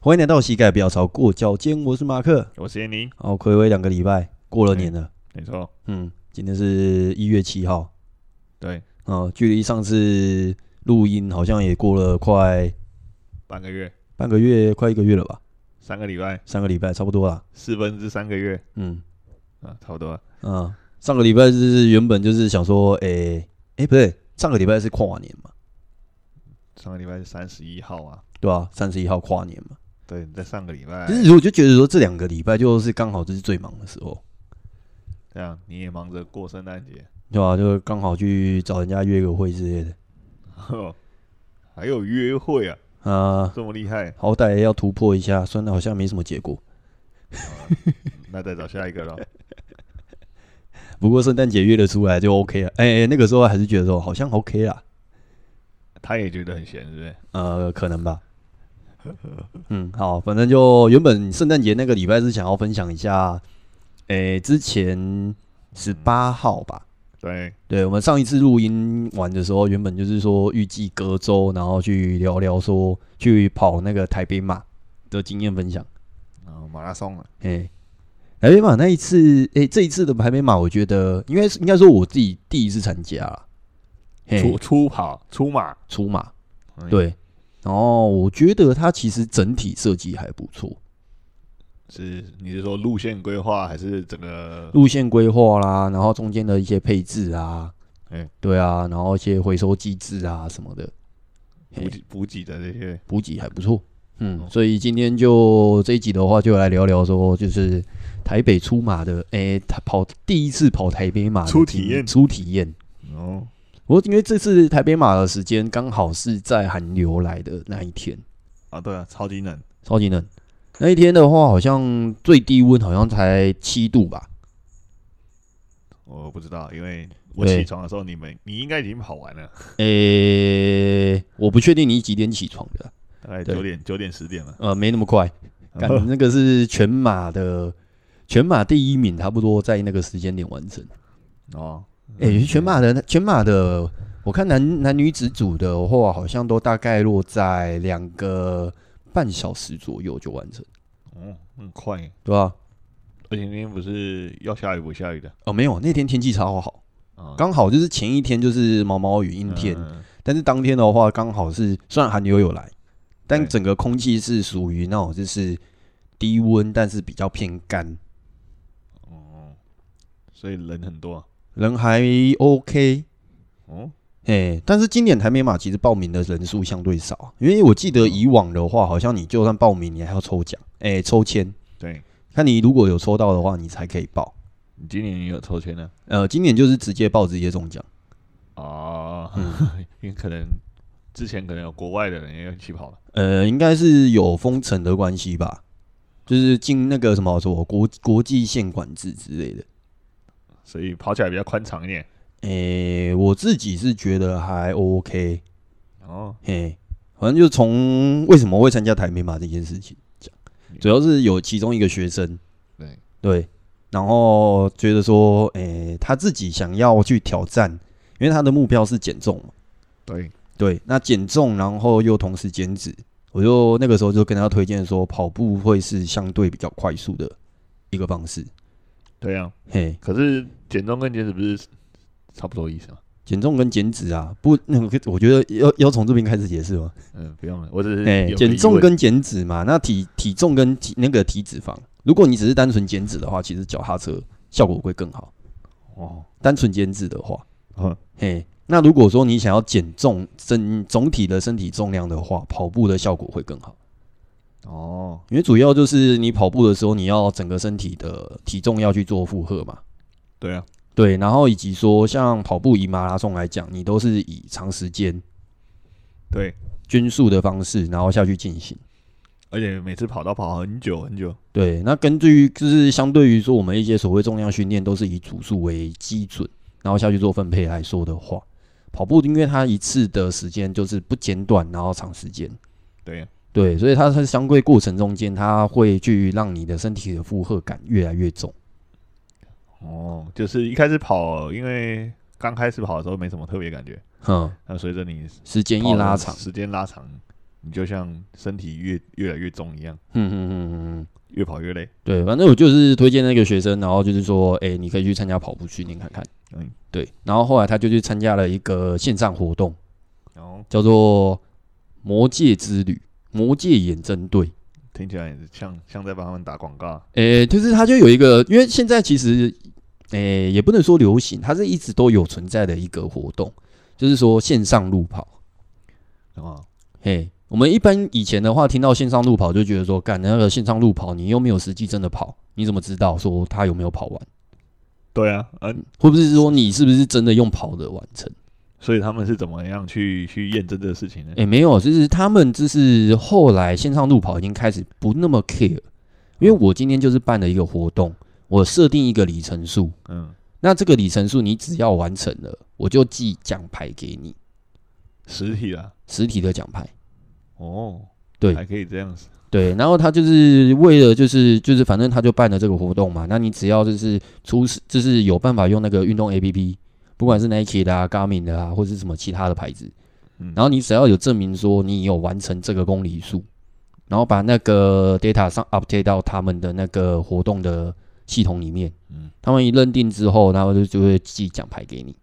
欢迎来到膝盖不要超过脚尖，我是马克。我是燕妮，哦，暌违两个礼拜，过了年了。没错，嗯，今天是一月七号，对，哦，距离上次录音好像也过了快半个月，半个月，快一个月了吧？三个礼拜，三个礼拜差不多啦。四分之三个月嗯啊，差不多啊。啊，上个礼拜是原本就是想说，诶、诶、不对，上个礼拜是跨年嘛，上个礼拜是三十一号啊，对吧、三十一号跨年嘛。对，在上个礼拜其实我就觉得说这两个礼拜就是刚好就是最忙的时候。这样，你也忙着过圣诞节，对吧、就刚好去找人家约个会之类的哦还有约会啊，啊，这么厉害，好歹也要突破一下，虽然好像没什么结果。那再找下一个咯。不过圣诞节约得出来就 OK 了。哎、哎那个时候还是觉得说好像 OK 啦，他也觉得很闲，是不是？呃，可能吧。嗯，好，反正就原本圣诞节那个礼拜是想要分享一下，哎、之前十八号吧，对，对我们上一次录音完的时候，原本就是说预计隔周，然后去聊聊说去跑那个台北马的经验分享。然后马拉松啊了，哎，台北马那一次，哎、这一次的台北马，我觉得应该是应该说我自己第一次参加啦，嘿出出跑出马，出马，嗯，对，然后我觉得它其实整体设计还不错，是你是说路线规划还是整个？路线规划啦，然后中间的一些配置啊，哎对啊，然后一些回收机制啊什么的，嘿补给补给的这些，补给还不错。嗯，哦所以今天就这一集的话，就来聊聊说，就是台北出马的，哎、他跑第一次跑台北马的初经体验初体验，哦，我因为这次台北马的时间刚好是在寒流来的那一天，啊，对啊，超级冷，超级冷。那一天的话，好像最低温好像才七度吧？我不知道，因为我对起床的时候，你们你应该已经跑完了，诶、我不确定你几点起床的，大概对九点九点十点了。呃，没那么快。感那个是全马的全马第一名，差不多在那个时间点完成。哦，诶、全马的全马的，我看男男女子组的话，好像都大概落在两个半小时左右就完成，嗯，很快耶，对吧、而且那天不是要下雨不下雨的哦，没有，那天天气超好，啊，刚好就是前一天就是毛毛雨阴天，嗯但是当天的话刚好是虽然寒流有来，但对整个空气是属于那种就是低温，但是比较偏干，哦，所以人很多啊。人还 OK。哦，哎，但是今年台美马其实报名的人数相对少，因为我记得以往的话，好像你就算报名，你还要抽奖，哎，抽签，对，看你如果有抽到的话，你才可以报。你今年也有抽签呢？呃，今年就是直接报，直接中奖。哦，嗯 因为可能之前可能有国外的人也一起跑了。呃，应该是有封城的关系吧，就是进那个什么什么国国际线管制之类的。所以跑起来比较宽敞一点。诶、我自己是觉得还 OK，哦，嘿，反正就从为什么会参加台美马这件事情讲，主要是有其中一个学生对，对，然后觉得说，诶、他自己想要去挑战，因为他的目标是减重嘛，对，对，那减重，然后又同时减脂，我就那个时候就跟他推荐说，跑步会是相对比较快速的一个方式。对啊。嘿，可是减重跟减脂不是差不多意思吗？减重跟减脂啊，不，那个我觉得要要从这边开始解释吗？嗯，不用了，我只是哎、有个减疑重问跟减脂嘛，那体体重跟体那个体脂肪，如果你只是单纯减脂的话，其实脚踏车效果会更好。哦，单纯减脂的话，嗯嘿，那如果说你想要减重整总体的身体重量的话，跑步的效果会更好。哦，因为主要就是你跑步的时候，你要整个身体的体重要去做负荷嘛。对啊，对，然后以及说像跑步以马拉松来讲，你都是以长时间对，均速的方式，然后下去进行。而且每次跑到跑很久很久，对，那根据就是相对于说我们一些所谓重量训练，都是以组数为基准，然后下去做分配来说的话，跑步因为它一次的时间就是不间断，然后长时间，对啊，对，所以它在相对过程中间，它会去让你的身体的负荷感越来越重。哦，就是一开始跑，因为刚开始跑的时候没什么特别感觉，哼，那随着你嗯时间跑一的拉长，时间拉长，你就像身体越越来越重一样，嗯嗯嗯嗯嗯，越跑越累。对，反正我就是推荐那个学生，然后就是说，哎、你可以去参加跑步训练看看。嗯，对。然后后来他就去参加了一个线上活动，然后叫做《魔界之旅》魔界远征队。听起来也是像像在帮他们打广告啊，诶、就是它就有一个，因为现在其实，诶、也不能说流行，它是一直都有存在的一个活动，就是说线上路跑。然后嘿，我们一般以前的话，听到线上路跑就觉得说，干那个线上路跑，你又没有实际真的跑，你怎么知道说他有没有跑完？对啊，嗯、或者是说你是不是真的用跑的完成？所以他们是怎么样去去验证这个事情呢？诶、哎没有，就是他们就是后来线上路跑已经开始不那么 care，因为我今天就是办了一个活动，我设定一个里程数，嗯，那这个里程数你只要完成了，我就寄奖牌给你，实体啊，实体的奖牌。哦，对还可以这样子，对，然后他就是为了就是就是反正他就办了这个活动嘛，那你只要就是出示就是有办法用那个运动 APP，不管是 Nike 的啊、Garmin 的啊，或者是什么其他的牌子，嗯，然后你只要有证明说你有完成这个公里数，然后把那个 data 上 update 到他们的那个活动的系统里面，嗯，他们一认定之后，然后就就会寄奖牌给你。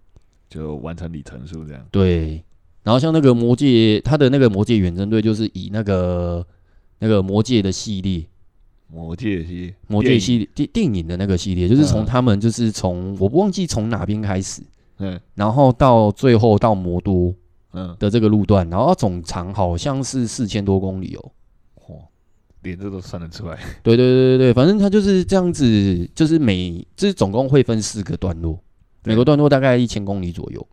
就完成里程数这样，对，然后像那个魔界，他的那个魔界远征队就是以那个那个魔界的系列。魔界系，魔电界影，系列电电影的那个系列，就是从嗯他们就是从我不忘记从哪边开始，嗯然后到最后到魔都嗯，的这个路段，然后总长好像是四千多公里哦。哦，连这都算得出来，对对对对对，反正它就是这样子，就是每这总共会分四个段落，对每个段落大概一千公里左右。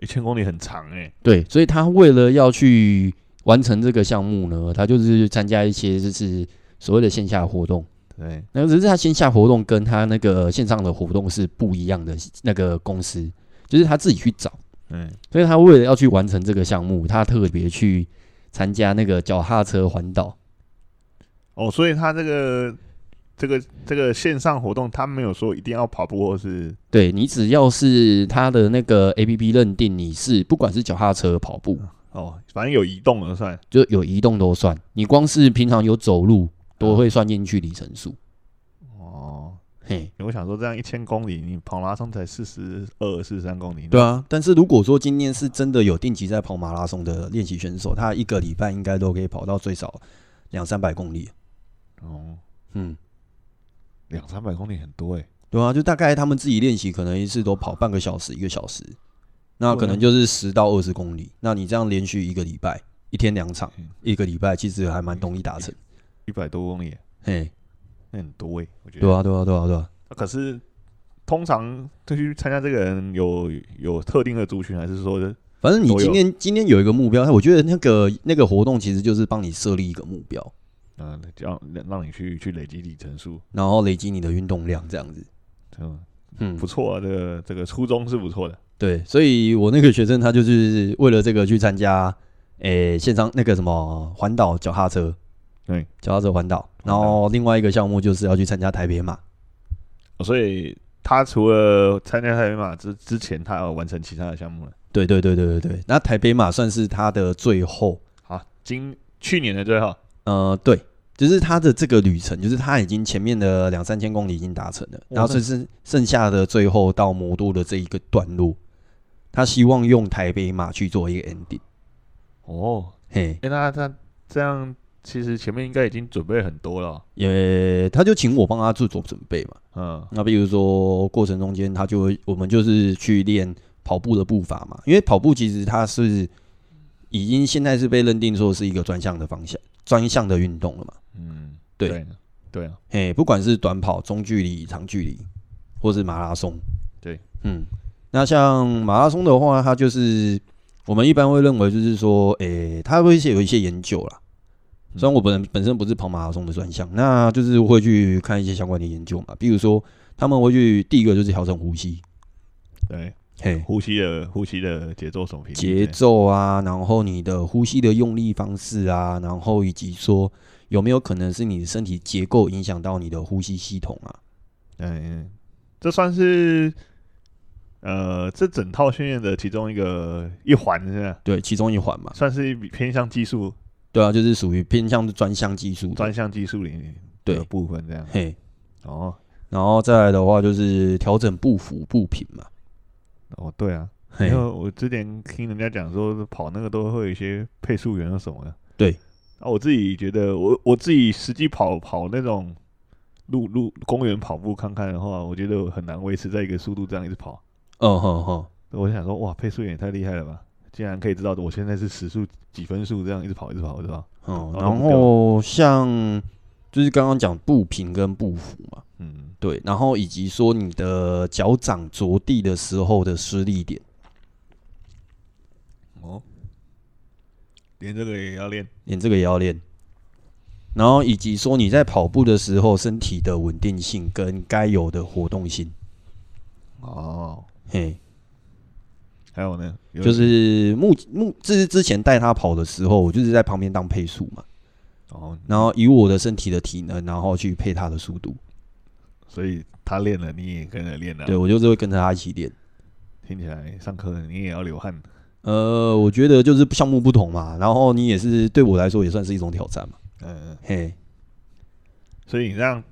一千公里很长哎，对，所以他为了要去完成这个项目呢，他就是参加一些就是所谓的线下活动。对，那只是他线下活动跟他那个线上的活动是不一样的那个公司，就是他自己去找，嗯，所以他为了要去完成这个项目，他特别去参加那个脚踏车环岛。哦，所以他这个这个这个线上活动，他没有说一定要跑步或是对你只要是他的那个 A P P 认定你是不管是脚踏车、跑步，哦，反正有移动了算，就有移动都算，你光是平常有走路都会算进去里程数。哦。嘿，我想说，这样一千公里，你跑马拉松才四十二、四十三公里，对啊，但是如果说今天是真的有定期在跑马拉松的练习选手，他一个礼拜应该都可以跑到最少两三百公里。哦，嗯，两三百公里很多哎、对啊，就大概他们自己练习，可能一次都跑半个小时、一个小时，那对啊可能就是十到二十公里。那你这样连续一个礼拜，一天两场，嗯一个礼拜其实还蛮容易达成。一百多公里欸，嘿，那很多哎、我觉得。对啊，对啊，对啊，对啊。啊可是通常就去参加这个人有有特定的族群，还是说反正你都有今天今天有一个目标，我觉得那个那个活动其实就是帮你设立一个目标，嗯、呃让让让你去去累积里程数？然后累积你的运动量这样子。嗯，嗯不，错啊，这个这个初衷是不错的。对，所以我那个学生他就是为了这个去参加，诶、线上那个什么环岛脚踏车，对，脚踏车环岛，环然岛后另外一个项目就是要去参加台北马。哦所以他除了参加台北马之之前，他有完成其他的项目了。对对对对对对，那台北马算是他的最后，好，今去年的最后，呃，对，就是他的这个旅程，就是他已经前面的两三千公里已经达成了，哇然后这是剩下的最后到魔都的这一个段落，他希望用台北马去做一个 ending。哦，嘿，哎、那他这样其实前面应该已经准备很多了哦。也他就请我帮他做做准备嘛。嗯，那比如说过程中间，他就会我们就是去练跑步的步伐嘛，因为跑步其实它是已经现在是被认定说是一个专项的方向、专项的运动了嘛。嗯，对对对啊，嘿，不管是短跑、中距离、长距离，或是马拉松，对，嗯，那像马拉松的话，它就是我们一般会认为就是说，诶、它会是有一些研究啦。嗯虽然我本本身不是跑马拉松的专项，那就是会去看一些相关的研究嘛，比如说他们会去第一个就是调整呼吸，对，嘿，呼吸的呼吸的节奏什么频率节之类的奏啊，然后你的呼吸的用力方式啊，然后以及说有没有可能是你的身体结构影响到你的呼吸系统啊，嗯，嗯这算是呃这整套训练的其中一个一环，是吧？对，其中一环嘛。算是比偏向技术对啊，就是属于偏向专项技术的，专项技术领域对的部分这样。嘿，哦然后再来的话就是调整步幅步频嘛，哦，对啊，嘿因为，我之前听人家讲说跑那个都会有一些配速员或什么的。对，啊，我自己觉得我我自己实际跑跑那种路路公园跑步看看的话，我觉得我很难维持在一个速度这样一直跑。嗯哼哼，我想说，哇，配速员也太厉害了吧！竟然可以知道我现在是时速几分数，这样一直跑一直跑，一直跑。嗯，哦然后像就是刚刚讲步频跟步幅嘛，嗯，对，然后以及说你的脚掌着地的时候的施力点，哦，连这个也要练。连这个也要练。然后以及说你在跑步的时候身体的稳定性跟该有的活动性，哦，嘿，还有呢，有就是目目这是之前带他跑的时候，我就是在旁边当配速嘛，哦，然后以我的身体的体能，然后去配他的速度，所以他练了，你也跟着练了。对，我就是会跟着他一起练。听起来上课你也要流汗。呃，我觉得就是项目不同嘛，然后你也是对我来说也算是一种挑战嘛，嗯，嗯嘿，所以你这样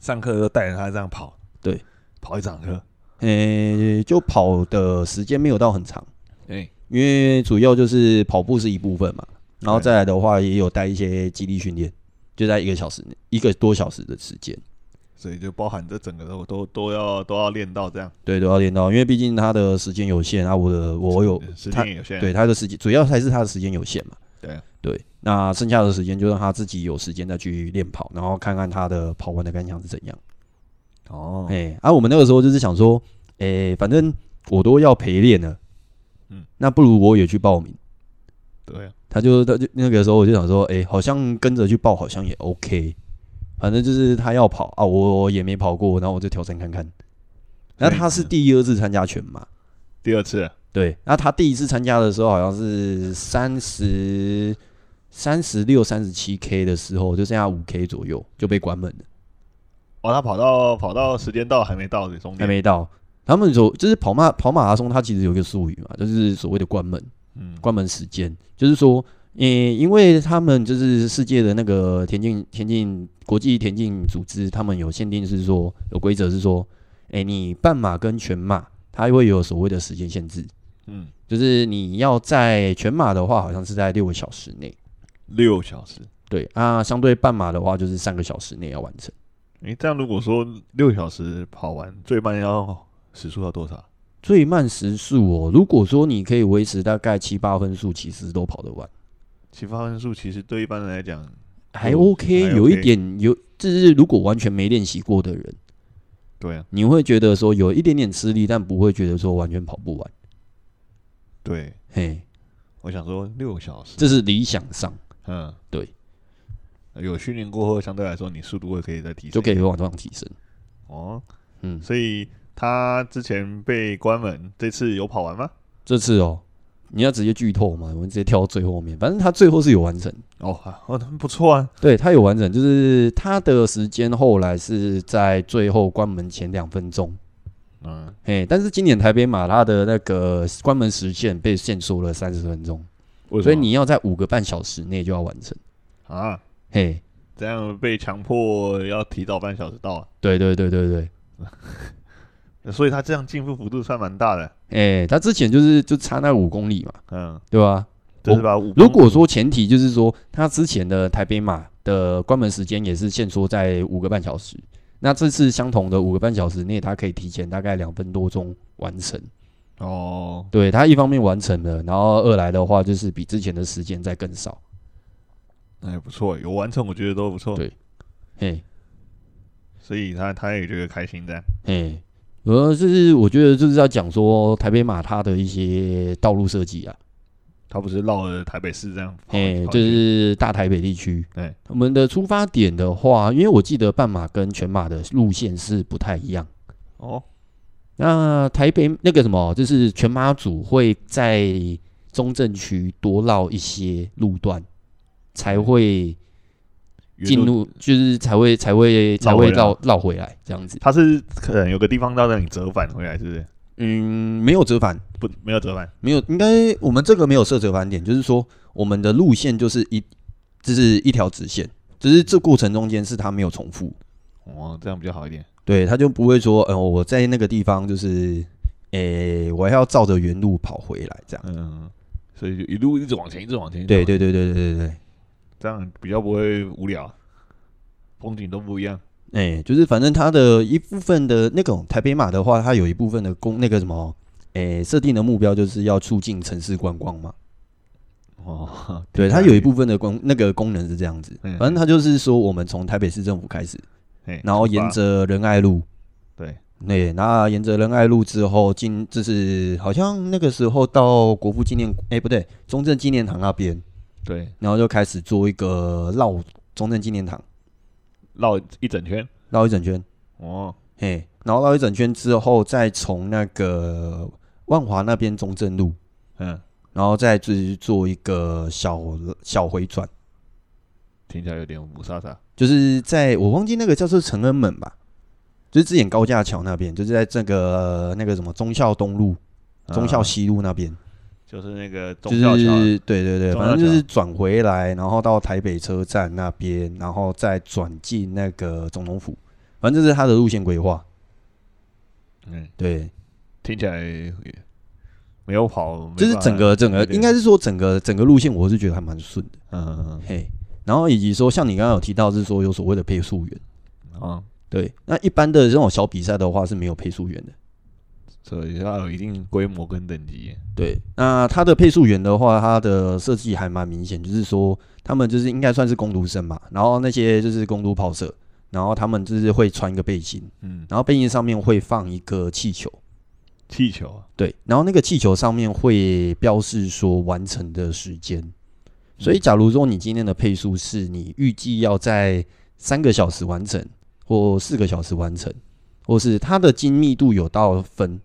上课都带着他这样跑，对，跑一整课。呃、就跑的时间没有到很长，哎，因为主要就是跑步是一部分嘛，然后对再来的话也有带一些肌力训练，就在一个小时内一个多小时的时间，所以就包含这整个都都都要都要练到这样，对，都要练到，因为毕竟他的时间有限啊，我的我有嗯时他间也有限。对他的时间，主要还是他的时间有限嘛。对啊对，那剩下的时间就让他自己有时间再去练跑，然后看看他的跑完的感想是怎样。哦，哎、啊，我们那个时候就是想说，哎、反正我都要陪练了，嗯，那不如我也去报名。对啊，他就他就那个时候我就想说，哎、好像跟着去报好像也 OK，反正就是他要跑啊，我也没跑过，然后我就挑战看看。那所以他是呢第二次参加全马，第二次了对，那他第一次参加的时候好像是三十三十六、三十七 K 的时候，就剩下五 K 左右就被关门了，哦，他跑到跑到时间到还没到，终还点，没到。他们所就是跑马跑马拉松，它其实有一个术语嘛，就是所谓的关门嗯，关门时间，就是说，呃，因为他们就是世界的那个田径田径国际田径组织，他们有限定是说有规则是说，哎、你半马跟全马，它会有所谓的时间限制，嗯，就是你要在全马的话，好像是在六个小时内。六小时。对啊，相对半马的话，就是三个小时内要完成。诶，这样如果说六小时跑完，最慢要时速要多少？最慢时速哦，如果说你可以维持大概七八分速，其实都跑得完，起发分数其实对一般人来讲，还有 OK。哦还有一 OK 点有，就是如果完全没练习过的人，对啊，你会觉得说有一点点吃力，但不会觉得说完全跑不完。对，嘿，我想说六小时，这是理想上嗯，对，有训练过后，相对来说你速度会可以再提升，就可以往上提升。哦，嗯，所以他之前被关门，这次有跑完吗？这次哦，你要直接剧透嘛，我们直接跳到最后面，反正他最后是有完成。哦，啊哦，不错啊，对他有完整，就是他的时间后来是在最后关门前两分钟，嗯，嘿，但是今年台北马拉的那个关门时限被限缩了三十分钟，为什所以么你要在五个半小时内就要完成，啊，嘿，这样被强迫要提早半小时到、啊，对对对对对，所以他这样进步幅度算蛮大的，哎，他之前就是就差那五公里嘛，嗯，对吧？就是把五公哦如果说前提就是说他之前的台北马的关门时间也是限缩在五个半小时，那这次相同的五个半小时内，他可以提前大概两分多钟完成。哦，对他一方面完成了，然后二来的话就是比之前的时间再更少。那也不错，有完成我觉得都不错，对嘿，所以他他也觉得开心这样，嘿，呃，就是我觉得就是要讲说台北马它的一些道路设计啊，哦他不是绕了台北市这样跑，嘿，跑就一圈是大台北地区。对，我们的出发点的话，因为我记得半马跟全马的路线是不太一样。哦，那台北那个什么，就是全马组会在中正区多绕一些路段，才会原进路入，就是才会才会才会绕绕绕回来这样子。他是可能有个地方要让你折返回来，是不是？嗯，没有折返，不没有折返，没有，应该我们这个没有设折返点，就是说我们的路线就是一，就是一条直线，只是这过程中间是它没有重复，哦，这样比较好一点。对，他就不会说，呃，我在那个地方就是，诶、我还要照着原路跑回来这样。嗯，所以就一路一直往前，一直往前。一直对往对前，对对对对对，这样比较不会无聊，风景都不一样。哎、就是反正它的一部分的那种台北马的话，它有一部分的公那个什么，哎、设定的目标就是要促进城市观光嘛。哦， 对，听起来它有一部分的功那个功能是这样子，嗯反正它就是说我们从台北市政府开始，嘿，然后出发沿着仁爱路，对，对，那沿着仁爱路之后进，就是好像那个时候到国父纪念，哎、不对，中正纪念堂那边，对然后就开始做一个绕中正纪念堂绕一整圈。绕一整圈，哦，嘿，然后绕一整圈之后，再从那个万华那边中正路，嗯，然后再就是做一个小小回转，听起来有点五沙沙。就是在我忘记那个叫做承恩门吧，就是之前高架桥那边，就是在这个呃那个什么忠孝东路、忠孝啊西路那边，就是那个就中是校桥啊，对对对，忠孝反桥正就是转回来，然后到台北车站那边，然后再转进那个总统府，反正这是他的路线规划。嗯，对，听起来也没有跑，就是整个整个有点应该是说整个整个路线，我是觉得还蛮顺的。没办法，嗯嘿，然后以及说像你刚刚有提到是说有所谓的配速员，嗯啊，对，那一般的这种小比赛的话是没有配速员的。所以要有一定规模跟等级。对，那它的配速员的话，它的设计还蛮明显，就是说他们就是应该算是攻读生嘛，然后那些就是攻读跑者，然后他们就是会穿一个背心，嗯，然后背心上面会放一个气球，气球啊，对，然后那个气球上面会标示说完成的时间，所嗯以假如说你今天的配速是你预计要在三个小时完成，或四个小时完成，或是它的精密度有到分，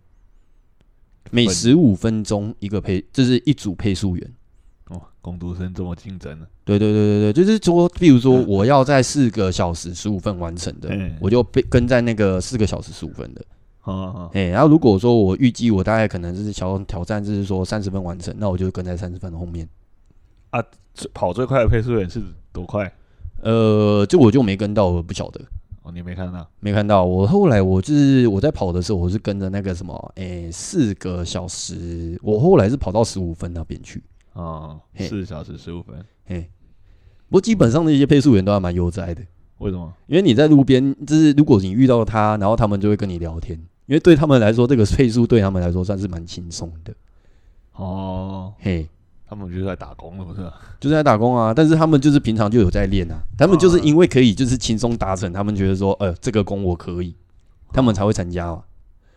每分十五分钟一个配，这、是一组配速员。哦，工读生这么竞争啊呢？对对对对对，就是说，比如说嗯我要在四个小时十五分完成的，嗯我就被跟在那个四个小时十五分的。啊啊，哎、然后如果说我预计我大概可能是挑挑战，就是说三十分完成，那我就跟在三十分的后面。最跑最快的配速员是多快？呃，就我就没跟到，我不晓得，哦，你没看到？没看到。我后来我就是我在跑的时候，我是跟着那个什么，哎、四个小时，我后来是跑到十五分那边去。哦，嘿四小时十五分，哎、不过基本上那些配速员都还蛮悠哉的，为什么？因为你在路边，就是如果你遇到他，然后他们就会跟你聊天，因为对他们来说，这个配速对他们来说算是蛮轻松的。哦，嘿，他们就是来打工了，不是吗？ 就是在打工啊，但是他们就是平常就有在练啊，他们嗯就是因为可以就是轻松达成，他们觉得说，呃，这个工我可嗯以，他们才会参加嘛。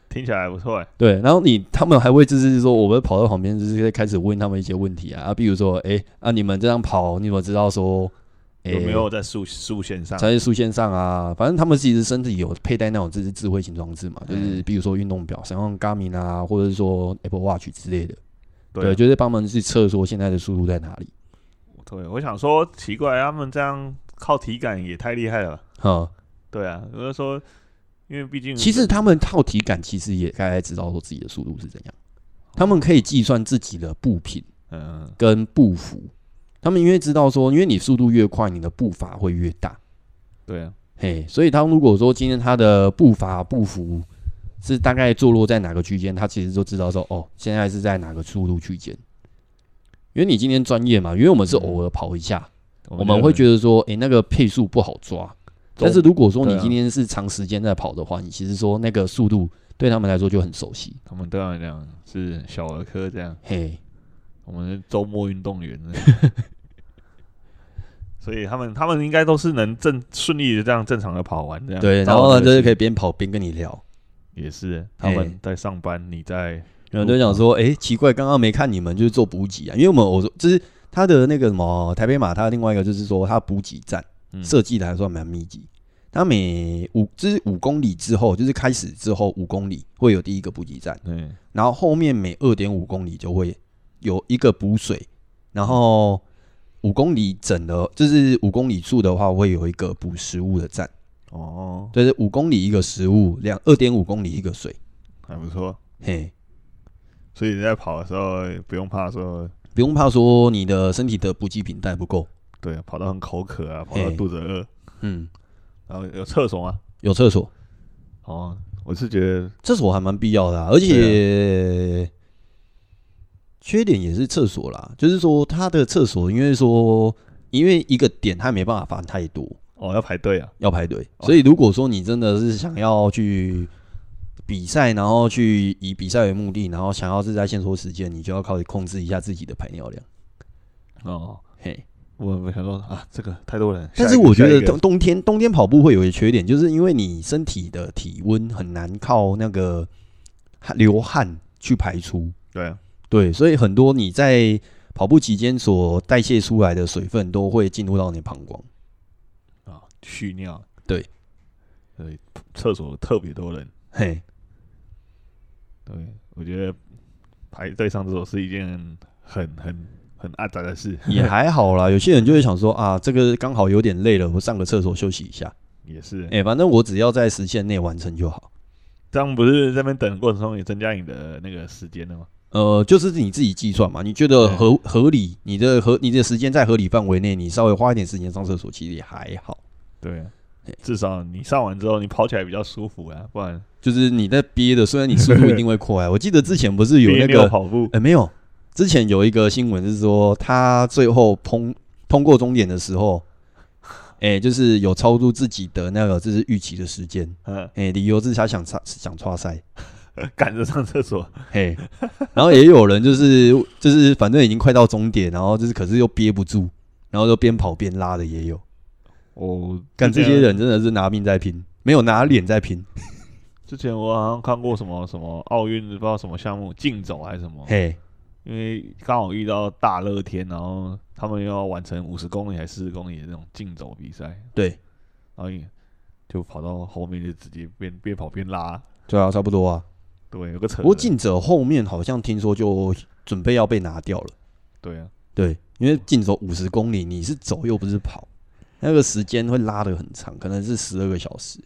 听起来不错哎。对，然后你他们还会就是说，我们跑到旁边就是开始问他们一些问题啊，啊，比如说，哎、啊，你们这样跑，你怎么知道说，哎、有没有在速速线上？在竖线上啊？反正他们其实身体有佩戴那种就是智慧型装置嘛，就是嗯比如说运动表，像用 Garmin 啊，或者是说 Apple Watch 之类的，对啊，就是帮忙去测说现在的速度在哪里。对，欸我想说奇怪，他们这样靠体感也太厉害了吧。哈，对啊，我就说，因为毕竟其实他们靠体感其实也大概知道说自己的速度是怎样，他们可以计算自己的步频嗯，跟步幅，他们因为知道说，因为你速度越快，你的步伐会越大，对啊，嘿，所以他如果说今天他的步伐步幅是大概坐落在哪个区间，他其实就知道说，哦，现在是在哪个速度区间。因为你今天专业嘛，因为我们是偶尔跑一下，我们会觉得说，诶、那个配速不好抓。但是如果说你对啊今天是长时间在跑的话，你其实说那个速度对他们来说就很熟悉。他们都要这样，是小儿科这样，嘿，我们是周末运动员， 所以他们他们应该都是能正顺利的这样正常的跑完这样。对，然后呢就是可以以边跑边跟你聊，也是他们在上班，你在然后就想说，诶、奇怪，刚刚没看你们就是做补给啊，因为我们我说就是他的那个什么台北马，它另外一个就是说它补给站。嗯设计的还算蛮密集。它每五就是五公里之后，就是开始之后五公里会有第一个补给站，嗯然后后面每二点五公里就会有一个补水，然后五公里整的，就是五公里处的话会有一个补食物的站，哦，就是五公里一个食物，两二点五公里一个水，还不错，嘿，所以你在跑的时候不用怕说，不用怕说你的身体的补给品带不够。对，跑到很口渴啊，跑到嘿肚子饿，嗯，然后有厕所吗？有厕所，哦，我是觉得厕所还蛮必要的啊、而且缺点也是厕所啦，就是说它的厕所，因为说因为一个点它没办法放太多，哦要排队啊，要排队，哦所以如果说你真的是想要去比赛，然后去以比赛为目的，然后想要是在限缩时间，你就要靠控制一下自己的排尿量。哦，嘿，我我想说啊，这个太多人，但下是一个我觉下得一个冬冬天冬天跑步会有一个缺点，就是因为你身体的体温很难靠那个汗流汗去排出，对啊，对，所以很多你在跑步期间所代谢出来的水分都会进入到你的膀胱。啊，蓄尿，对，对，厕所特别多人，嘿，对我觉得排队上厕所是一件很很很阿杂的事，也还好啦。有些人就会想说啊，这个刚好有点累了，我上个厕所休息一下。 也是，哎、反正我只要在时限内完成就好。这样不是在那边等的过程中也增加你的那个时间了吗？呃，就是你自己计算嘛，你觉得合合理，你的合你的时间在合理范围内，你稍微花一点时间上厕所，其实也还好。对啊嘿，至少你上完之后你跑起来比较舒服啊，不然就是你在憋的，虽然你速度一定会快。啊我记得之前不是有憋那尿个，跑步 哎、没有，之前有一个新闻是说他最后通通过终点的时候，哎、就是有超出自己的那个就是预期的时间，嗯，哎、理由是他想插想刷赛， 赶着上厕所，嘿，然后也有人就是就是反正已经快到终点，然后就是可是又憋不住，然后就边跑边拉的也有。我干之这前些人真的是拿命在拼，没有拿脸在拼。之前我好像看过什么什么奥运不知道什么项目竞走还是什么，嘿，因为刚好遇到大热天，然后他们要完成五十公里还是四十公里的那种竞走比赛，对，然后也就跑到后面就直接边边跑边拉，对啊，差不多啊。对，有个扯不的，过竞者后面好像听说就准备要被拿掉了。对啊，对，因为竞走五十公里，你是走又不是跑，那个时间会拉得很长，可能是十二个小时。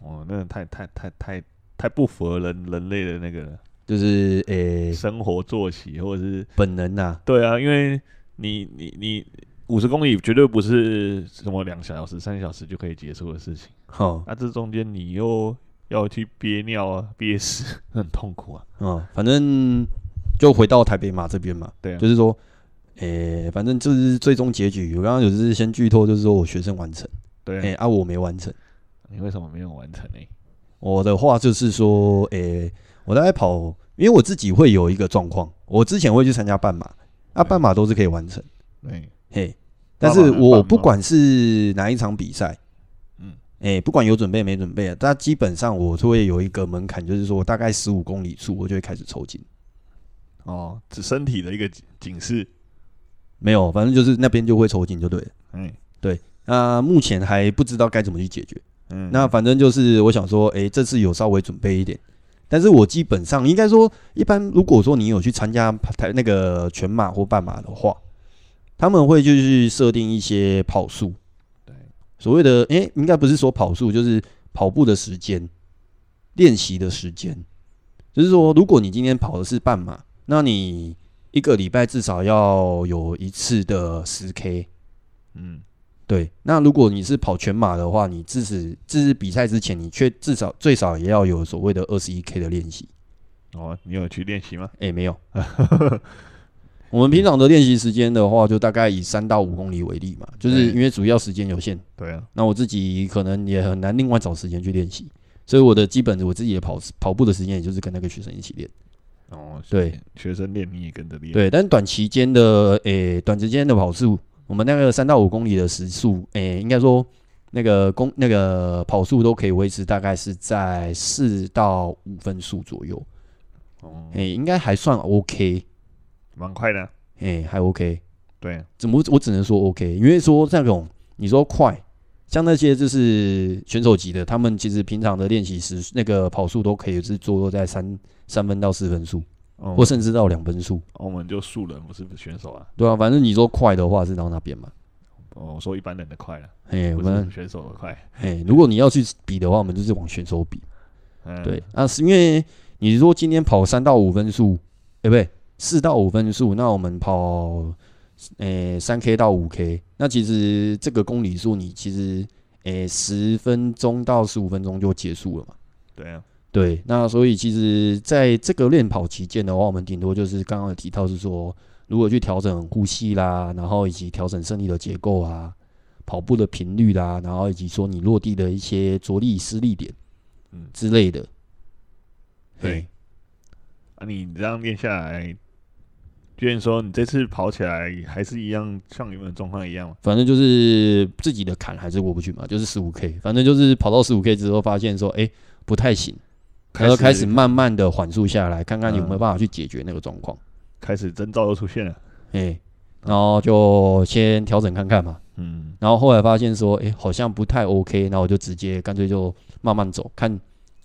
哦，那太太太太太不符合人人类的那个了就是诶、生活作息，或者是本能呐、啊，对啊，因为你你你五十公里绝对不是什么两小时、三小时就可以结束的事情，哈，那、这中间你又要去憋尿啊、憋屎，很痛苦啊。嗯，反正就回到台北马这边嘛，对啊，就是说，诶、反正就是最终结局，我刚刚有是先剧透，就是说我学生完成，对啊，诶、啊，我没完成。你为什么没有完成呢、我的话就是说，诶、我大概跑，因为我自己会有一个状况，我之前会去参加半马，啊，对半马都是可以完成，对，啊嘿，但半马是还我半不马管是哪一场比赛，嗯嗯，诶、不管有准备没准备，但基本上我就会有一个门槛，就是说我大概十五公里处，我就会开始抽筋。哦，只身体的一个警警示。没有，反正就是那边就会抽筋就对了。嗯那目前还不知道该怎么去解决。嗯，那反正就是我想说，诶、这次有稍微准备一点，但是我基本上应该说，一般如果说你有去参加台那个全马或半马的话，他们会就是设定一些跑速，对，所谓的诶、应该不是说跑速，就是跑步的时间，练习的时间，就是说，如果你今天跑的是半马，那你一个礼拜至少要有一次的十 K，嗯对，那如果你是跑全马的话，你至此至比赛之前，你却至少最少也要有所谓的二十一 K 的练习。哦，你有去练习吗？哎、没有。我们平常的练习时间的话，就大概以三到五公里为例嘛，就是对因为主要时间有限，对啊，那我自己可能也很难另外找时间去练习，所以我的基本我自己的跑跑步的时间，也就是跟那个学生一起练。哦，对，学生练你也跟着练。对，但短期间的诶、短时间的跑速，我们那个三到五公里的时速，诶、应该说那个公那个跑速都可以维持大概是在四到五分速左右，哦，诶、应该还算 OK，蛮快的啊。诶、还 OK。对啊，怎么我只能说 OK，因为说那种你说快，像那些就是选手级的，他们其实平常的练习时那个跑速都可以是坐落在三三分到四分速，哦或甚至到两分速，我们就素人，不是选手啊。对啊，反正你说快的话是到那边嘛。哦，我说一般人的快了，哎，我不们是选手的快。哎、如果你要去比的话，我们就是往选手比。嗯，对，啊，是因为你如果今天跑三到五分数，哎、不对，四到五分数，那我们跑诶三 K 到五 K，那其实这个公里数你其实诶十分钟到十五分钟就结束了嘛。对啊，对，那所以其实在这个练跑期间的话，我们顶多就是刚刚有提到是说，如何去调整呼吸啦，然后以及调整身体的结构啊，跑步的频率啦，然后以及说你落地的一些着力施力点，嗯之类的。对嘿，啊，你这样练下来，就然说你这次跑起来还是一样，像原本状况一样嘛？反正就是自己的坎还是过不去嘛，就是十五 K，反正就是跑到十五 K 之后发现说，哎、不太行，然后开始慢慢的缓速下来，看看有没有嗯办法去解决那个状况，开始征兆又出现了，哎、然后就先调整看看嘛。嗯，然后后来发现说，诶，好像不太 OK，然后我就直接干脆就慢慢走，看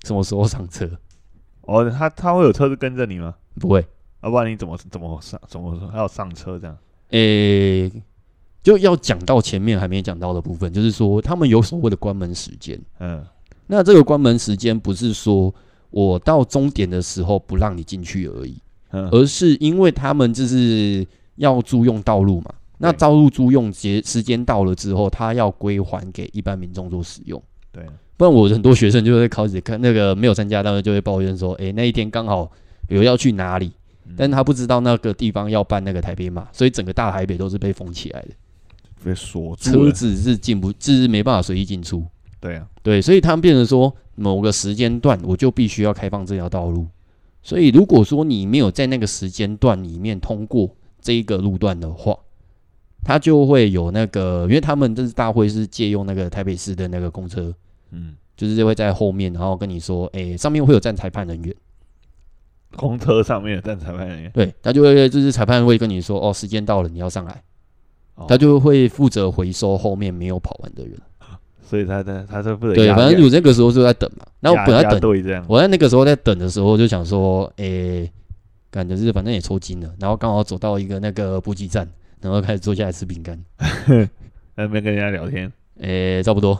什么时候上车。哦，他他会有车子跟着你吗？不会，要、不然你怎么怎么上怎么还要上车这样？诶，哎就要讲到前面还没讲到的部分，就是说他们有所谓的关门时间。嗯，那这个关门时间不是说我到终点的时候不让你进去而已，嗯而是因为他们就是要租用道路嘛。那对道路租用节时间到了之后，他要归还给一般民众做使用。对，啊不然我很多学生就会开始看那个没有参加，他们就会抱怨说，诶、哎那一天刚好有要去哪里，嗯但他不知道那个地方要办那个台北马，所以整个大台北都是被封起来的，被锁住车了。子是进不，是没办法随意进出。对啊，对，所以他们变成说某个时间段我就必须要开放这条道路，所以如果说你没有在那个时间段里面通过这一个路段的话，他就会有那个，因为他们这次大会是借用那个台北市的那个公车嗯，就是会在后面，然后跟你说，诶、上面会有站裁判人员，公车上面的站裁判人员，对，他就会就是裁判会跟你说，哦，时间到了，你要上来，哦他就会负责回收后面没有跑完的人，所以他他他是不能对，压反正我那个时候就在等嘛，那我压本来压等，队这样，我在那个时候在等的时候就想说，诶、感觉是反正也抽筋了，然后刚好走到一个那个补给站，然后开始坐下来吃饼干，在那边跟人家聊天，诶、差不多，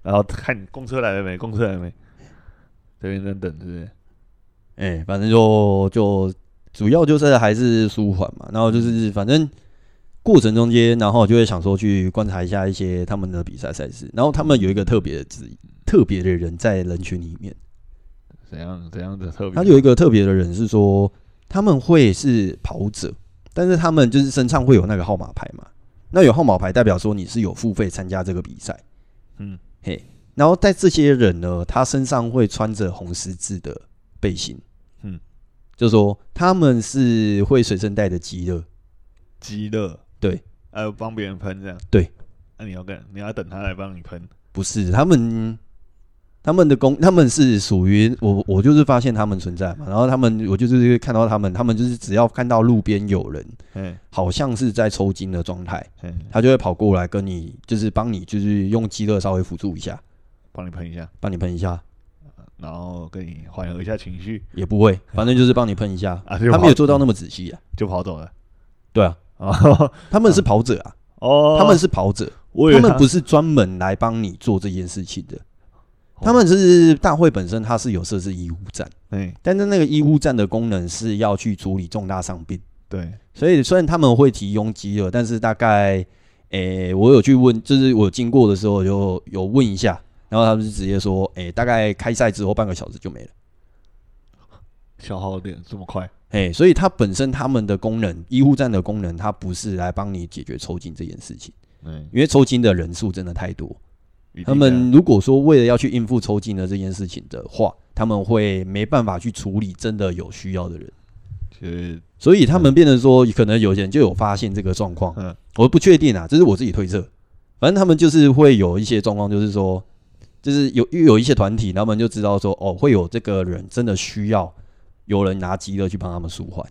然后看公车来了没，公车来了没，这边在等是不是？诶、哎反正就就主要就是还是舒缓嘛，然后就是反正过程中间，然后就会想说去观察一下一些他们的比赛赛事，然后他们有一个特别的自特别的人在人群里面，怎样怎样的特别？他有一个特别的人是说他们会是跑者，但是他们就是身上会有那个号码牌嘛，那有号码牌代表说你是有付费参加这个比赛，嗯，然后在这些人呢，他身上会穿着红十字的背心，嗯，就说他们是会随身带的极乐，极乐，对，还有帮别人喷这样，对，那、你要跟你要等他来帮你喷，不是他们他们的工，他们是属于我，我就是发现他们存在嘛，然后他们我就是看到他们，他们就是只要看到路边有人嗯好像是在抽筋的状态，嗯，他就会跑过来跟你，就是帮你，就是用极乐稍微辅助一下，帮你喷一下，帮你喷一下，然后跟你缓和一下情绪也不会，反正就是帮你喷一下，嗯啊，他他没有做到那么仔细啊，就跑走了。 对啊，哦他们是跑者啊，哦，他们是跑者。我以他为们不是专门来帮你做这件事情的，哦他们是大会本身它是有设置医护站，哎但是那个医护站的功能是要去处理重大伤病，对所以虽然他们会提供饥饿，但是大概，诶、我有去问，就是我经过的时候我就有问一下，然后他们是直接说，诶、大概开赛之后半个小时就没了。消耗点这么快，哎、所以它本身他们的功能，医护站的功能，它不是来帮你解决抽筋这件事情，嗯，因为抽筋的人数真的太多，一定他们如果说为了要去应付抽筋的这件事情的话，他们会没办法去处理真的有需要的人，这样就是所以他们变成说，可能有些人就有发现这个状况，嗯我不确定啊，这是我自己推测。反正他们就是会有一些状况，就是说，就是有有一些团体，他们就知道说，哦，会有这个人真的需要有人拿极乐去帮他们舒缓，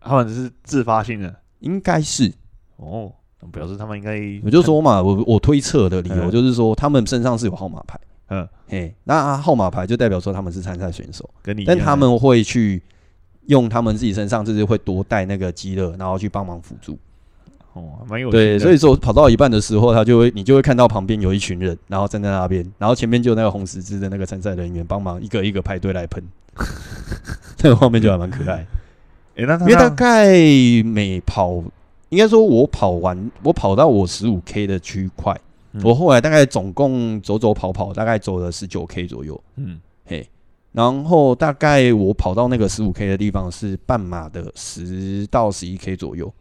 他们是自发性的应该是，哦，那表示他们应该我就说嘛，我我推测的理由嗯就是说，他们身上是有号码牌，嗯，嘿，那号码牌就代表说他们是参赛选手。跟你一样但的，他们会去用他们自己身上，就是会多带那个肌肉，然后去帮忙辅助。哦，还蛮有趣的。对，所以说跑到一半的时候，他就会你就会看到旁边有一群人，然后站在那边，然后前面就有那个红十字的那个参赛人员帮忙一个一个排队来喷， 这个画面就还蛮可爱。诶那因为大他概每跑，应该说我跑完，我跑到我十五 K 的区块，嗯我后来大概总共走走跑跑，大概走了十九 K 左右，嗯，嘿。然后大概我跑到那个十五 K 的地方是半马的十到十一 K 左右，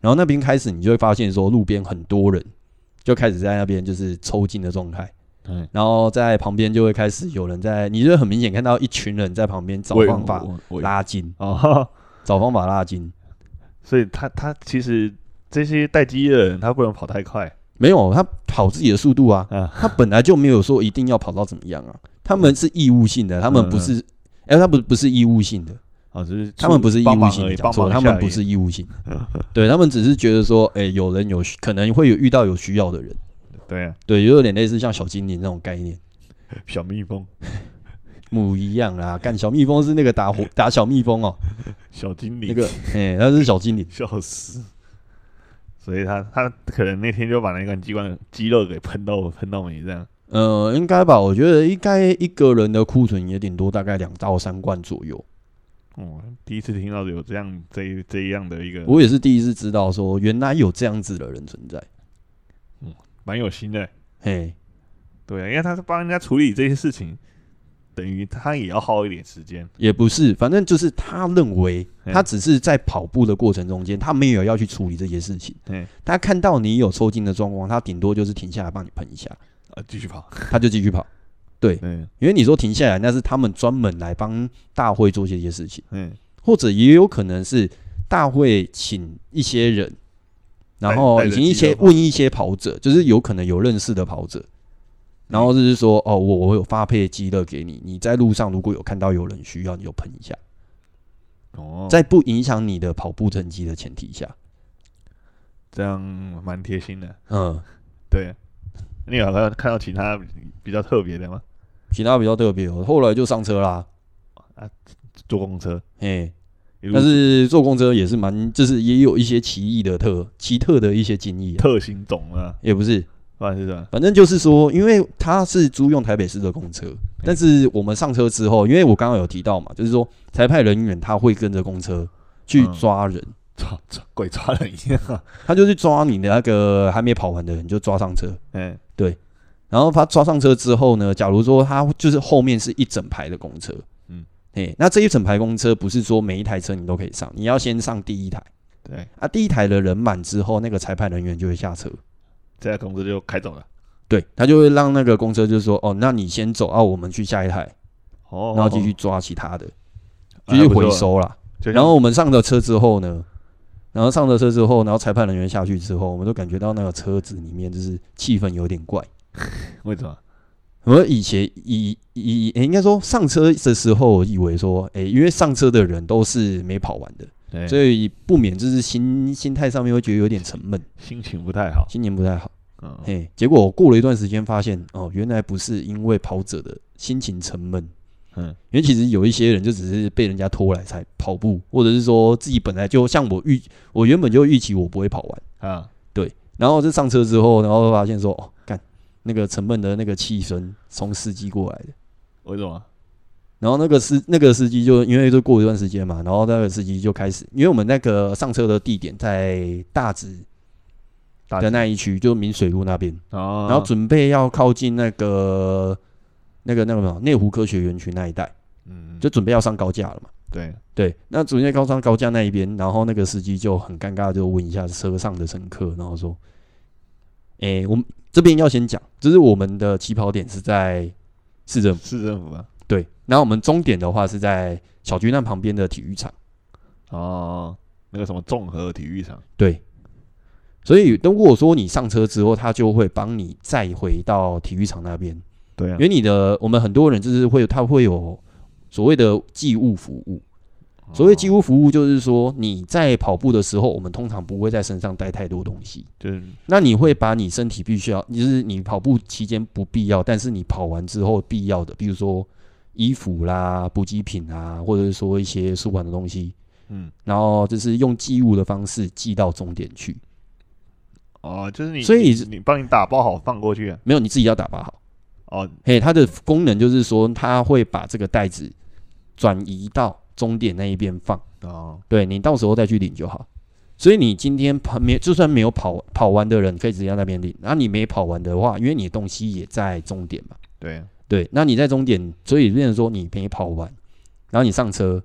然后那边开始你就会发现说路边很多人就开始在那边就是抽筋的状态，嗯，然后在旁边就会开始有人在，你就会很明显看到一群人在旁边找喂方法我我拉筋，哦， 找方法拉筋。所以他他其实这些待机的人，他不能跑太快，没有，他跑自己的速度啊，啊他本来就没有说一定要跑到怎么样啊，他们是义务性的，他们不嗯是，哎、他不不是义务性的，哦，只是他们不是义帮务忙性而的，已，讲帮错了，忙一他下们不而已是义务 性的，对他们只是觉得说，哎、有人有需可能会有遇到有需要的人，对啊，对，有点类似像小精灵那种概念，小蜜蜂、不一样啦，干小蜜蜂是那个打火 打小蜜蜂哦、小精灵，那个，哎、他是小精灵，笑死。所以他他可能那天就把那根机关肌肉给喷到喷到你这样，呃，应该吧，我觉得应该一个人的库存也顶多大概两到三罐左右，哦，第一次听到有这样这一这一样的一个，我也是第一次知道说原来有这样子的人存在。蛮有心的，嘿，对啊，因为他是帮人家处理这些事情，等于他也要耗一点时间，也不是，反正就是他认为嗯他只是在跑步的过程中间，他没有要去处理这些事情嗯。他看到你有抽筋的状况，他顶多就是停下来帮你喷一 下，啊，继续跑，他就继续跑。嗯因为你说停下来，那是他们专门来帮大会做这些事情，嗯，或者也有可能是大会请一些人，然后带带以着及一肌些肉跑问一些跑者，就是有可能有认识的跑者，然后就是说哦，我我有发配肌乐给你，你在路上如果有看到有人需要，你就喷一下。哦，在不影响你的跑步成绩的前提下，这样蛮贴心的，嗯，对。你有看到其他比较特别的吗？其他比较特别哦，后来就上车啦，坐公车，嘿，一路但是坐公车也是蛮，就是也有一些奇异的特奇特的一些经历啊、特行种啊，也不是，不然是什么？反正就是说，因为他是租用台北市的公车，但是我们上车之后，因为我刚刚有提到嘛，就是说裁判人员他会跟着公车去嗯抓人，抓抓鬼抓人一样啊。他就去抓你的那个还没跑完的人，就抓上车，嗯然后他抓上车之后呢，假如说他就是后面是一整排的公车，嗯嗯，哎，那这一整排公车不是说每一台车你都可以上，你要先上第一台对，啊，第一台的人满之后，那个裁判人员就会下车，这家公司就开走了。对他就会让那个公车就说，哦，那你先走啊，我们去下一台，哦，然后继续抓其他的，啊继续回。收啦。还不错就像然后我们上了车之后呢，然后上了车之后，然后裁判人员下去之后，我们都感觉到那个车子里面就是气氛有点怪。为什么？我以前以以、诶应该说上车的时候，我以为说，诶、因为上车的人都是没跑完的，对，所以不免就是心心态上面会觉得有点沉闷，心情不太好。心情不太好。嗯，嘿，结果过了一段时间，发现哦，原来不是因为跑者的心情沉闷，嗯，因为其实有一些人就只是被人家拖来才跑步，或者是说自己本来就像我预，我原本就预期我不会跑完，啊，然后就上车之后，然后发现说，哦，干那个沉闷的那个气声从司机过来的。为什么？然后那个司那个司机就因为就过一段时间嘛，然后那个司机就开始，因为我们那个上车的地点在大直大的那一区，就明水路那边，哦，然后准备要靠近那个那个那个什么内湖科学园区那一带，嗯，就准备要上高架了嘛。对，对，那准备高上高架那一边，然后那个司机就很尴尬，就问一下车上的乘客，然后说：“诶、我们这边要先讲，就是我们的起跑点是在市政府。”市政府啊。对，然后我们终点的话是在小巨蛋旁边的体育场。哦，那个什么综合体育场。对，所以如果说你上车之后，他就会帮你再回到体育场那边，对啊因，为你的我们很多人就是会他会有所谓的寄物服务。所谓寄乎物服务，就是说你在跑步的时候，我们通常不会在身上带太多东西。就是那你会把你身体必须要，就是你跑步期间不必要，但是你跑完之后必要的，比如说衣服啦、补给品啊，或者是说一些舒缓的东西，嗯，然后就是用寄物的方式寄到终点去。哦，就是你，所以你你帮你打包好放过去啊、没有，你自己要打包好。哦，嘿，它的功能就是说，它会把这个袋子转移到终点那一边放，哦，对你到时候再去领就好。所以你今天跑没，就算没有跑跑完的人，可以直接在那边领。那、你没跑完的话，因为你的东西也在终点嘛，对，对，那你在终点，所以变成说你没跑完，然后你上车，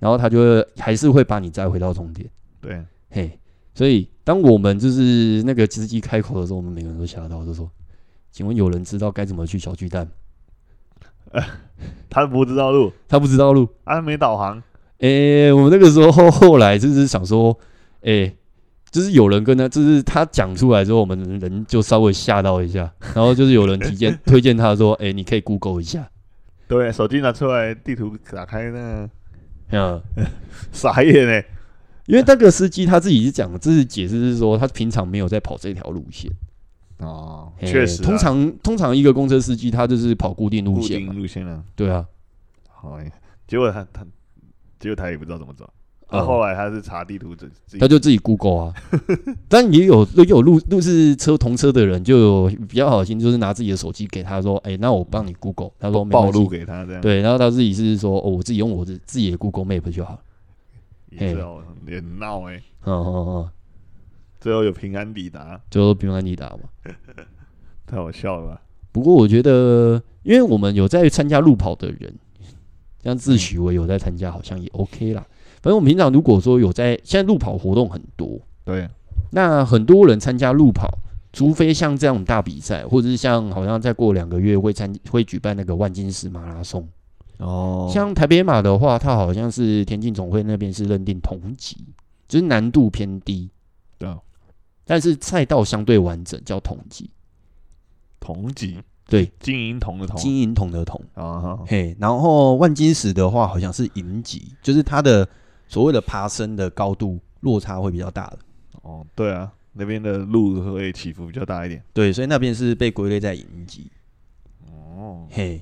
然后他就会还是会把你载回到终点。对，嘿，所以当我们就是那个司机开口的时候，我们每个人都吓到，就说：“请问有人知道该怎么去小巨蛋吗他不知道路，？”他不知道路。他没导航，诶、我们那个时候后来就是想说，诶、就是有人跟他，就是他讲出来之后，我们人就稍微吓到一下，然后就是有人提荐推荐他说：“诶、你可以 Google 一下。对，手机拿出来，地图打开，那”嗯，傻眼哎、因为那个司机他自己是讲，自己解释是说他平常没有在跑这条路线，哦，嘿确实啊、通常通常一个公车司机他就是跑固定路固线定嘛，路线啊，对啊，好、哎结果他他，结果他也不知道怎么走，啊，嗯后来他是查地图自自己他就自己 Google 啊。 但也有也有路路是车同车的人，就有比较好心，就是拿自己的手机给他说：“哎、那我帮你 Google。”他说：“没暴关系露给他这样，对，然后他自己是说：“哦，我自己用我的自己的 Google Map 就好了。也知道也闹哎、”嗯嗯嗯，最后有平安抵达，就平安抵达嘛。太好笑了吧？不过我觉得，因为我们有在参加路跑的人，像自诩为有在参加，好像也 OK 啦。反正我们平常如果说有在，现在路跑活动很多，对，那很多人参加路跑，除非像这样大比赛，或者是像好像再过两个月会参会举办那个万金石马拉松。哦像台北马的话，它好像是田径总会那边是认定同级，就是难度偏低，对啊但是赛道相对完整，叫同级。同级对，金银铜的铜金银铜的铜。啊，哈嘿，然后万金石的话，好像是银级，就是它的所谓的爬升的高度落差会比较大的。哦，对啊，那边的路会起伏比较大一点。对，所以那边是被归类在银级。哦，嘿，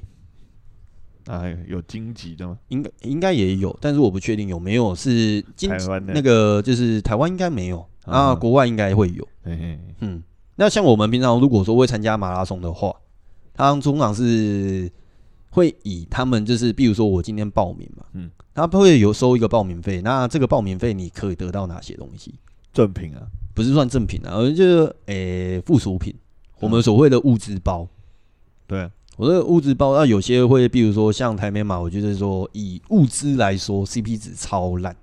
那还有有荆棘的吗？应该应该也有，但是我不确定有没有是金台湾的那个，就是台湾应该没有啊，嗯国外应该会有。嘿嘿，嗯，那像我们平常如果说会参加马拉松的话，他通常是会以他们就是，比如说我今天报名嘛，嗯嗯，他会有收一个报名费，那这个报名费你可以得到哪些东西？正品啊，不是算正品啊，而就是诶、附属品，我们所谓的物资包。对啊，我的物资包，那有些会，比如说像台美马，我觉得说以物资来说，CP 值超烂。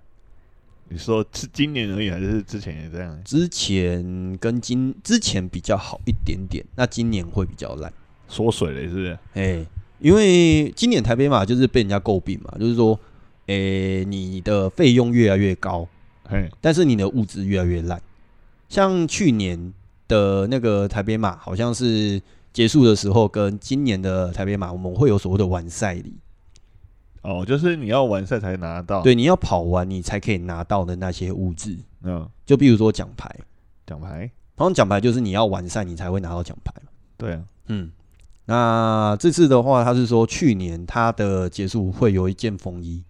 你说是今年而已，还是之前也这样？之前跟今之前比较好一点点，那今年会比较烂。缩水了是不是？哎、因为今年台北马就是被人家诟病嘛，就是说，哎、你的费用越来越高，嘿，但是你的物资越来越烂。像去年的那个台北马，好像是结束的时候，跟今年的台北马，我们会有所谓的完赛礼，哦，就是你要完赛才拿到，，对，你要跑完你才可以拿到的那些物资，嗯，就比如说奖牌，奖牌，好像奖牌就是你要完赛你才会拿到奖牌嘛。对啊，嗯，那这次的话，他是说去年他的结束会有一件风衣，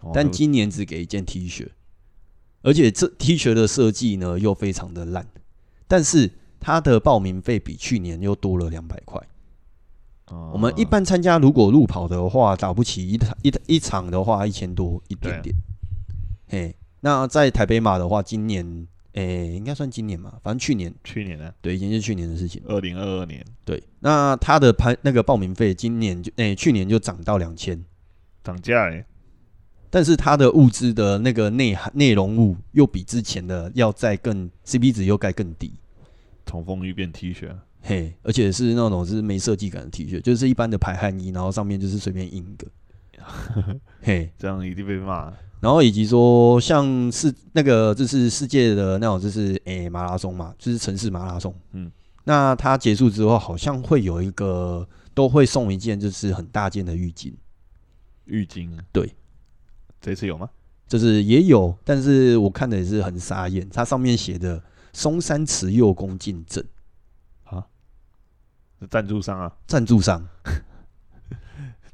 哦但对不今年只给一件 T 恤，而且这 T 恤的设计呢又非常的烂，但是它的报名费比去年又多了两百块。哦我们一般参加如果路跑的话，打不起一一一场的话一千多一点点。嘿，那在台北马的话，今年诶、应该算今年嘛，反正去年去年呢，对已经是去年的事情了。二零二二年对，那它的拍那个报名费今年就诶、去年就涨到两千，涨价哎，但是它的物资的那个内涵内容物又比之前的要再更 CP 值又该更低，从风衣变 T 恤啊，嘿，而且是那种是没设计感的 T 恤，就是一般的排汗衣，然后上面就是随便印一个，嘿，这样一定被骂。然后以及说像是那个就是世界的那种就是诶、马拉松嘛，就是城市马拉松，嗯嗯，那它结束之后好像会有一个都会送一件就是很大件的浴巾。浴巾啊，对，这次有吗？就是也有，但是我看的也是很傻眼，它上面写的松山慈幼宫进证是赞助商啊，赞助商，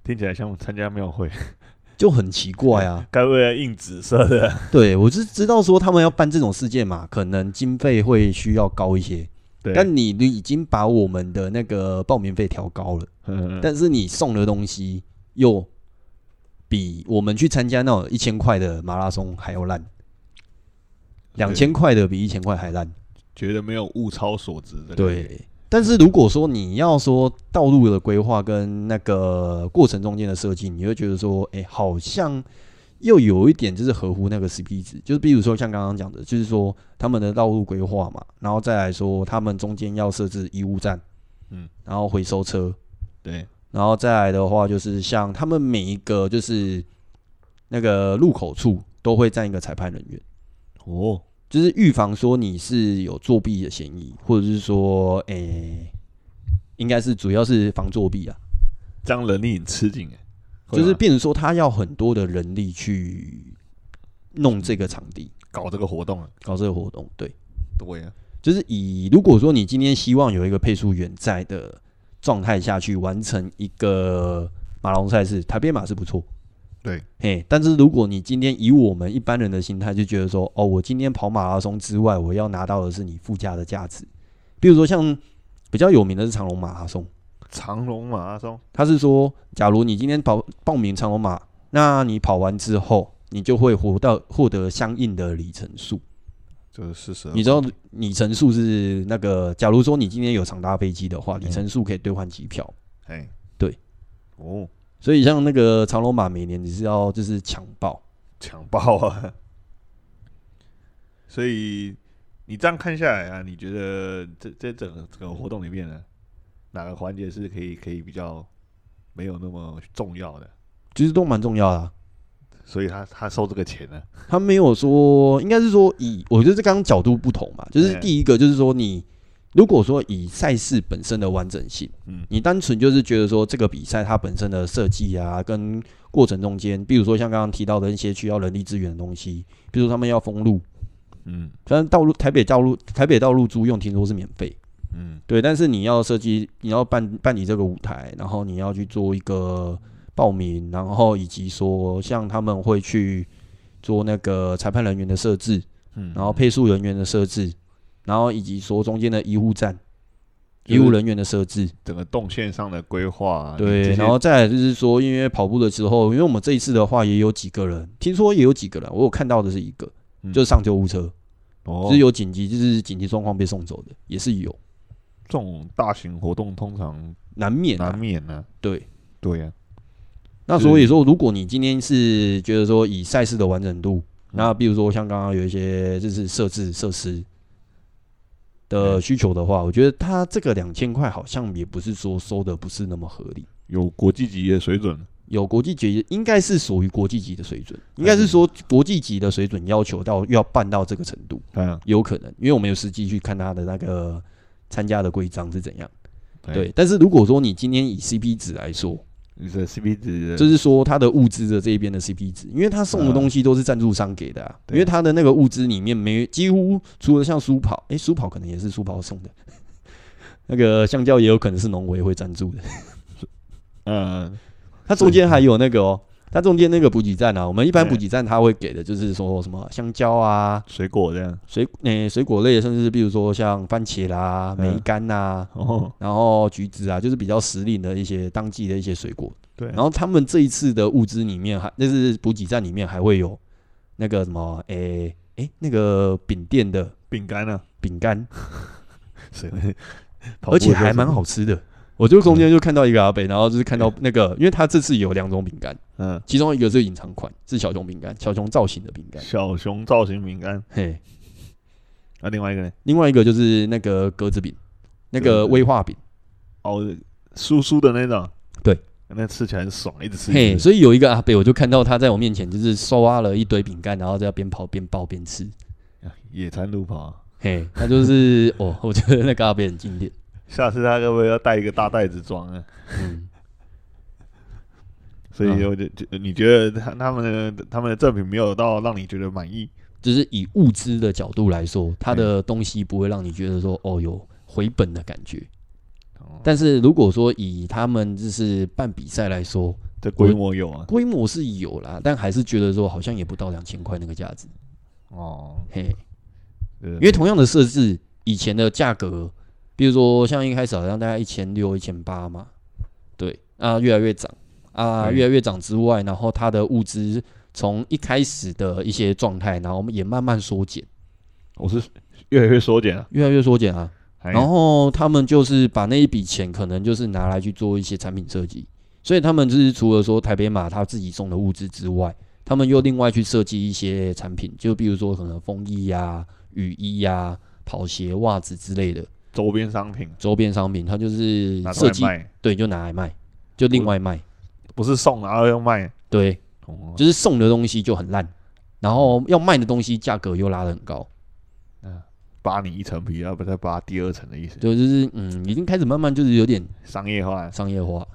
听起来像参加庙会， 就很奇怪啊。该不会印紫色的？ 对我是知道说他们要办这种事件嘛，可能经费会需要高一些。对， 但你你已经把我们的那个报名费调高了，嗯但是你送的东西又比我们去参加那种一千块的马拉松还要烂，两千块的比一千块还烂。觉得没有物超所值的。，对，但是如果说你要说道路的规划跟那个过程中间的设计，你会觉得说，哎、好像又有一点就是合乎那个 CP 值，就是比如说像刚刚讲的，就是说他们的道路规划嘛，然后再来说他们中间要设置医务站，嗯，然后回收车，对，然后再来的话就是像他们每一个就是那个路口处都会站一个裁判人员。哦，就是预防说你是有作弊的嫌疑，或者是说，诶、应该是主要是防作弊啊，这样能力很吃紧哎，会就是吗变成说他要很多的人力去弄这个场地，搞这个活动啊，搞这个活动。对，对啊呀，就是以如果说你今天希望有一个配速员在的状态下去完成一个马拉松赛事，台北马是不错。对，嘿，但是如果你今天以我们一般人的心态，就觉得说，哦，我今天跑马拉松之外，我要拿到的是你附加的价值，比如说像比较有名的是长隆马拉松，长龙马拉松，他是说，假如你今天跑报名长龙马，那你跑完之后，你就会获到获得相应的里程数。就是四十，你知道里程数是那个，假如说你今天有长搭飞机的话，嗯里程数可以兑换机票。哎，对，哦，所以像那个长龙马，每年你是要就是抢爆，强暴啊！ 所以你这样看下来啊，你觉得这这整个整个活动里面呢，哪个环节是可以可以比较没有那么重要的？其实都蛮重要的啊、所以他他收这个钱啊呢、他没有说，应该是说以我觉得这刚刚角度不同嘛，就是嗯第一个就是说你如果说以赛事本身的完整性，嗯你单纯就是觉得说这个比赛它本身的设计啊，跟过程中间，比如说像刚刚提到的一些需要人力资源的东西，比如说他们要封路，嗯虽然道路台北道路台北道路租用听说是免费，嗯，对，但是你要设计，你要办办理这个舞台，然后你要去做一个报名，然后以及说像他们会去做那个裁判人员的设置，嗯然后配速人员的设置，然后以及说中间的医护站、就是医护人员的设置，整个动线上的规划啊、你对，这些然后再来就是说，因为跑步的时候，因为我们这一次的话也有几个人，听说也有几个人，我有看到的是一个，嗯就是上救护车，哦，就是有紧急就是紧急状况被送走的，也是有，这种大型活动通常难免难啊，免呢、对。对啊呀、那所以说，如果你今天是觉得说以赛事的完整度，嗯那比如说像刚刚有一些就是设置设施的嗯需求的话，我觉得它这个两千块好像也不是说收的不是那么合理。有国际级的水准，有国际级应该是属于国际级的水准，嗯应该是说国际级的水准要求到要办到这个程度，嗯，有可能，因为我们有实际去看他的那个参加的规章是怎样。对对，但是如果说你今天以 CP 值来说，你的 CP 值的就是说他的物资的这一边的 CP 值，因为他送的东西都是赞助商给的、啊，嗯对因为他的那个物资里面没几乎除了像苏跑，诶，苏跑可能也是苏跑送的， 那个香蕉也有可能是农委会赞助的， 嗯，它中间还有那个哦，它中间那个补给站啊，我们一般补给站它会给的就是说什么香蕉啊、水果这样，水诶、水果类，甚至是比如说像番茄啦、嗯梅干呐、哦，然后橘子啊，就是比较时令的一些当季的一些水果。对，然后他们这一次的物资里面还，那是补给站里面还会有那个什么，诶、诶、那个饼店的饼干呢，饼干， 谁会？跑步而且的时候还蛮，好吃的。我就中间就看到一个阿北，然后就是看到那个，因为他这次有两种饼干，嗯，其中一个是隐藏款，是小熊饼干，小熊造型的饼干，小熊造型饼干，嘿，啊，另外一个呢，另外一个就是那个格子饼，那个格子威化饼，哦，酥酥的那种，对，那吃起来很爽，一直吃，嘿，一直吃所以有一个阿北，我就看到他在我面前就是收挖了一堆饼干，然后在边跑边包边吃，野餐路跑啊，嘿，他就是哦，我觉得那个阿北很经典。下次他该不会要带一个大袋子装啊？嗯，所以我就就你觉得他他们的他们的赠品没有到让你觉得满意，就是以物资的角度来说，它的东西不会让你觉得说哦有回本的感觉。哦但是如果说以他们就是办比赛来说，这规模有啊。规模是有啦，但还是觉得说好像也不到两千块那个价值。哦，嘿，因因为同样的设置，以前的价格，比如说像一开始好像大概一千六、一千八嘛，对啊，越来越涨啊，对越来越涨之外，然后它的物资从一开始的一些状态，然后我们也慢慢缩减，我是越来越缩减了，越来越缩减啊。哎然后他们就是把那一笔钱，可能就是拿来去做一些产品设计。所以他们就是除了说台北马他自己送的物资之外，他们又另外去设计一些产品，就比如说可能风衣呀、雨衣呀、跑鞋、袜子之类的周边商品周边商品，它就是拿出设来计，卖，对，就拿来卖，就另外卖，不是送然后要卖，对，哦就是送的东西就很烂，然后要卖的东西价格又拉得很高，扒你一层皮，要不再扒第二层的意思。对，就是嗯，已经开始慢慢就是有点商业化，商业化，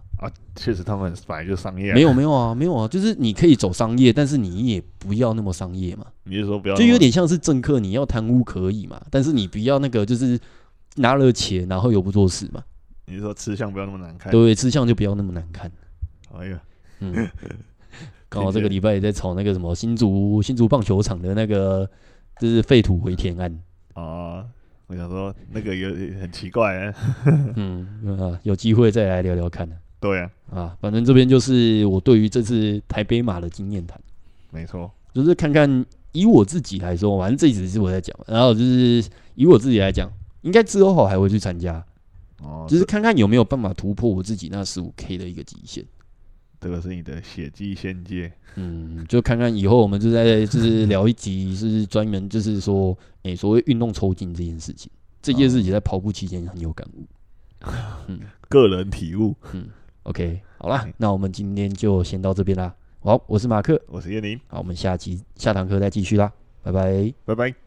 确实他们本来就商业啊，没有没有啊，没有啊，就是你可以走商业，但是你也不要那么商业嘛，你是说不要那就么，有点像是政客，你要贪污可以嘛，但是你不要那个就是拿了钱然后又不做事嘛，你是说吃相不要那么难看对。不对？吃相就不要那么难看。哎呀，嗯，刚好这个礼拜也在炒那个什么新竹新竹棒球场的那个就是废土回填案，啊，我想说那个有很奇怪啊， 嗯啊，有机会再来聊聊看对啊，啊。反正这边就是我对于这次台北马的经验谈。没错，就是看看以我自己来说，反正这只是我在讲嘛，然后就是以我自己来讲，应该之后还会去参加，哦，就是看看有没有办法突破我自己那十五 K 的一个极限。这个是你的血迹仙界，嗯，就看看以后我们就在就是聊一集，是专门就是说，诶、所谓运动抽筋这件事情，这件事情在跑步期间很有感悟。个人体悟。 OK，好啦嗯，那我们今天就先到这边啦。好，我是马克，我是叶宁，好，我们下期下堂课再继续啦，拜拜。拜拜。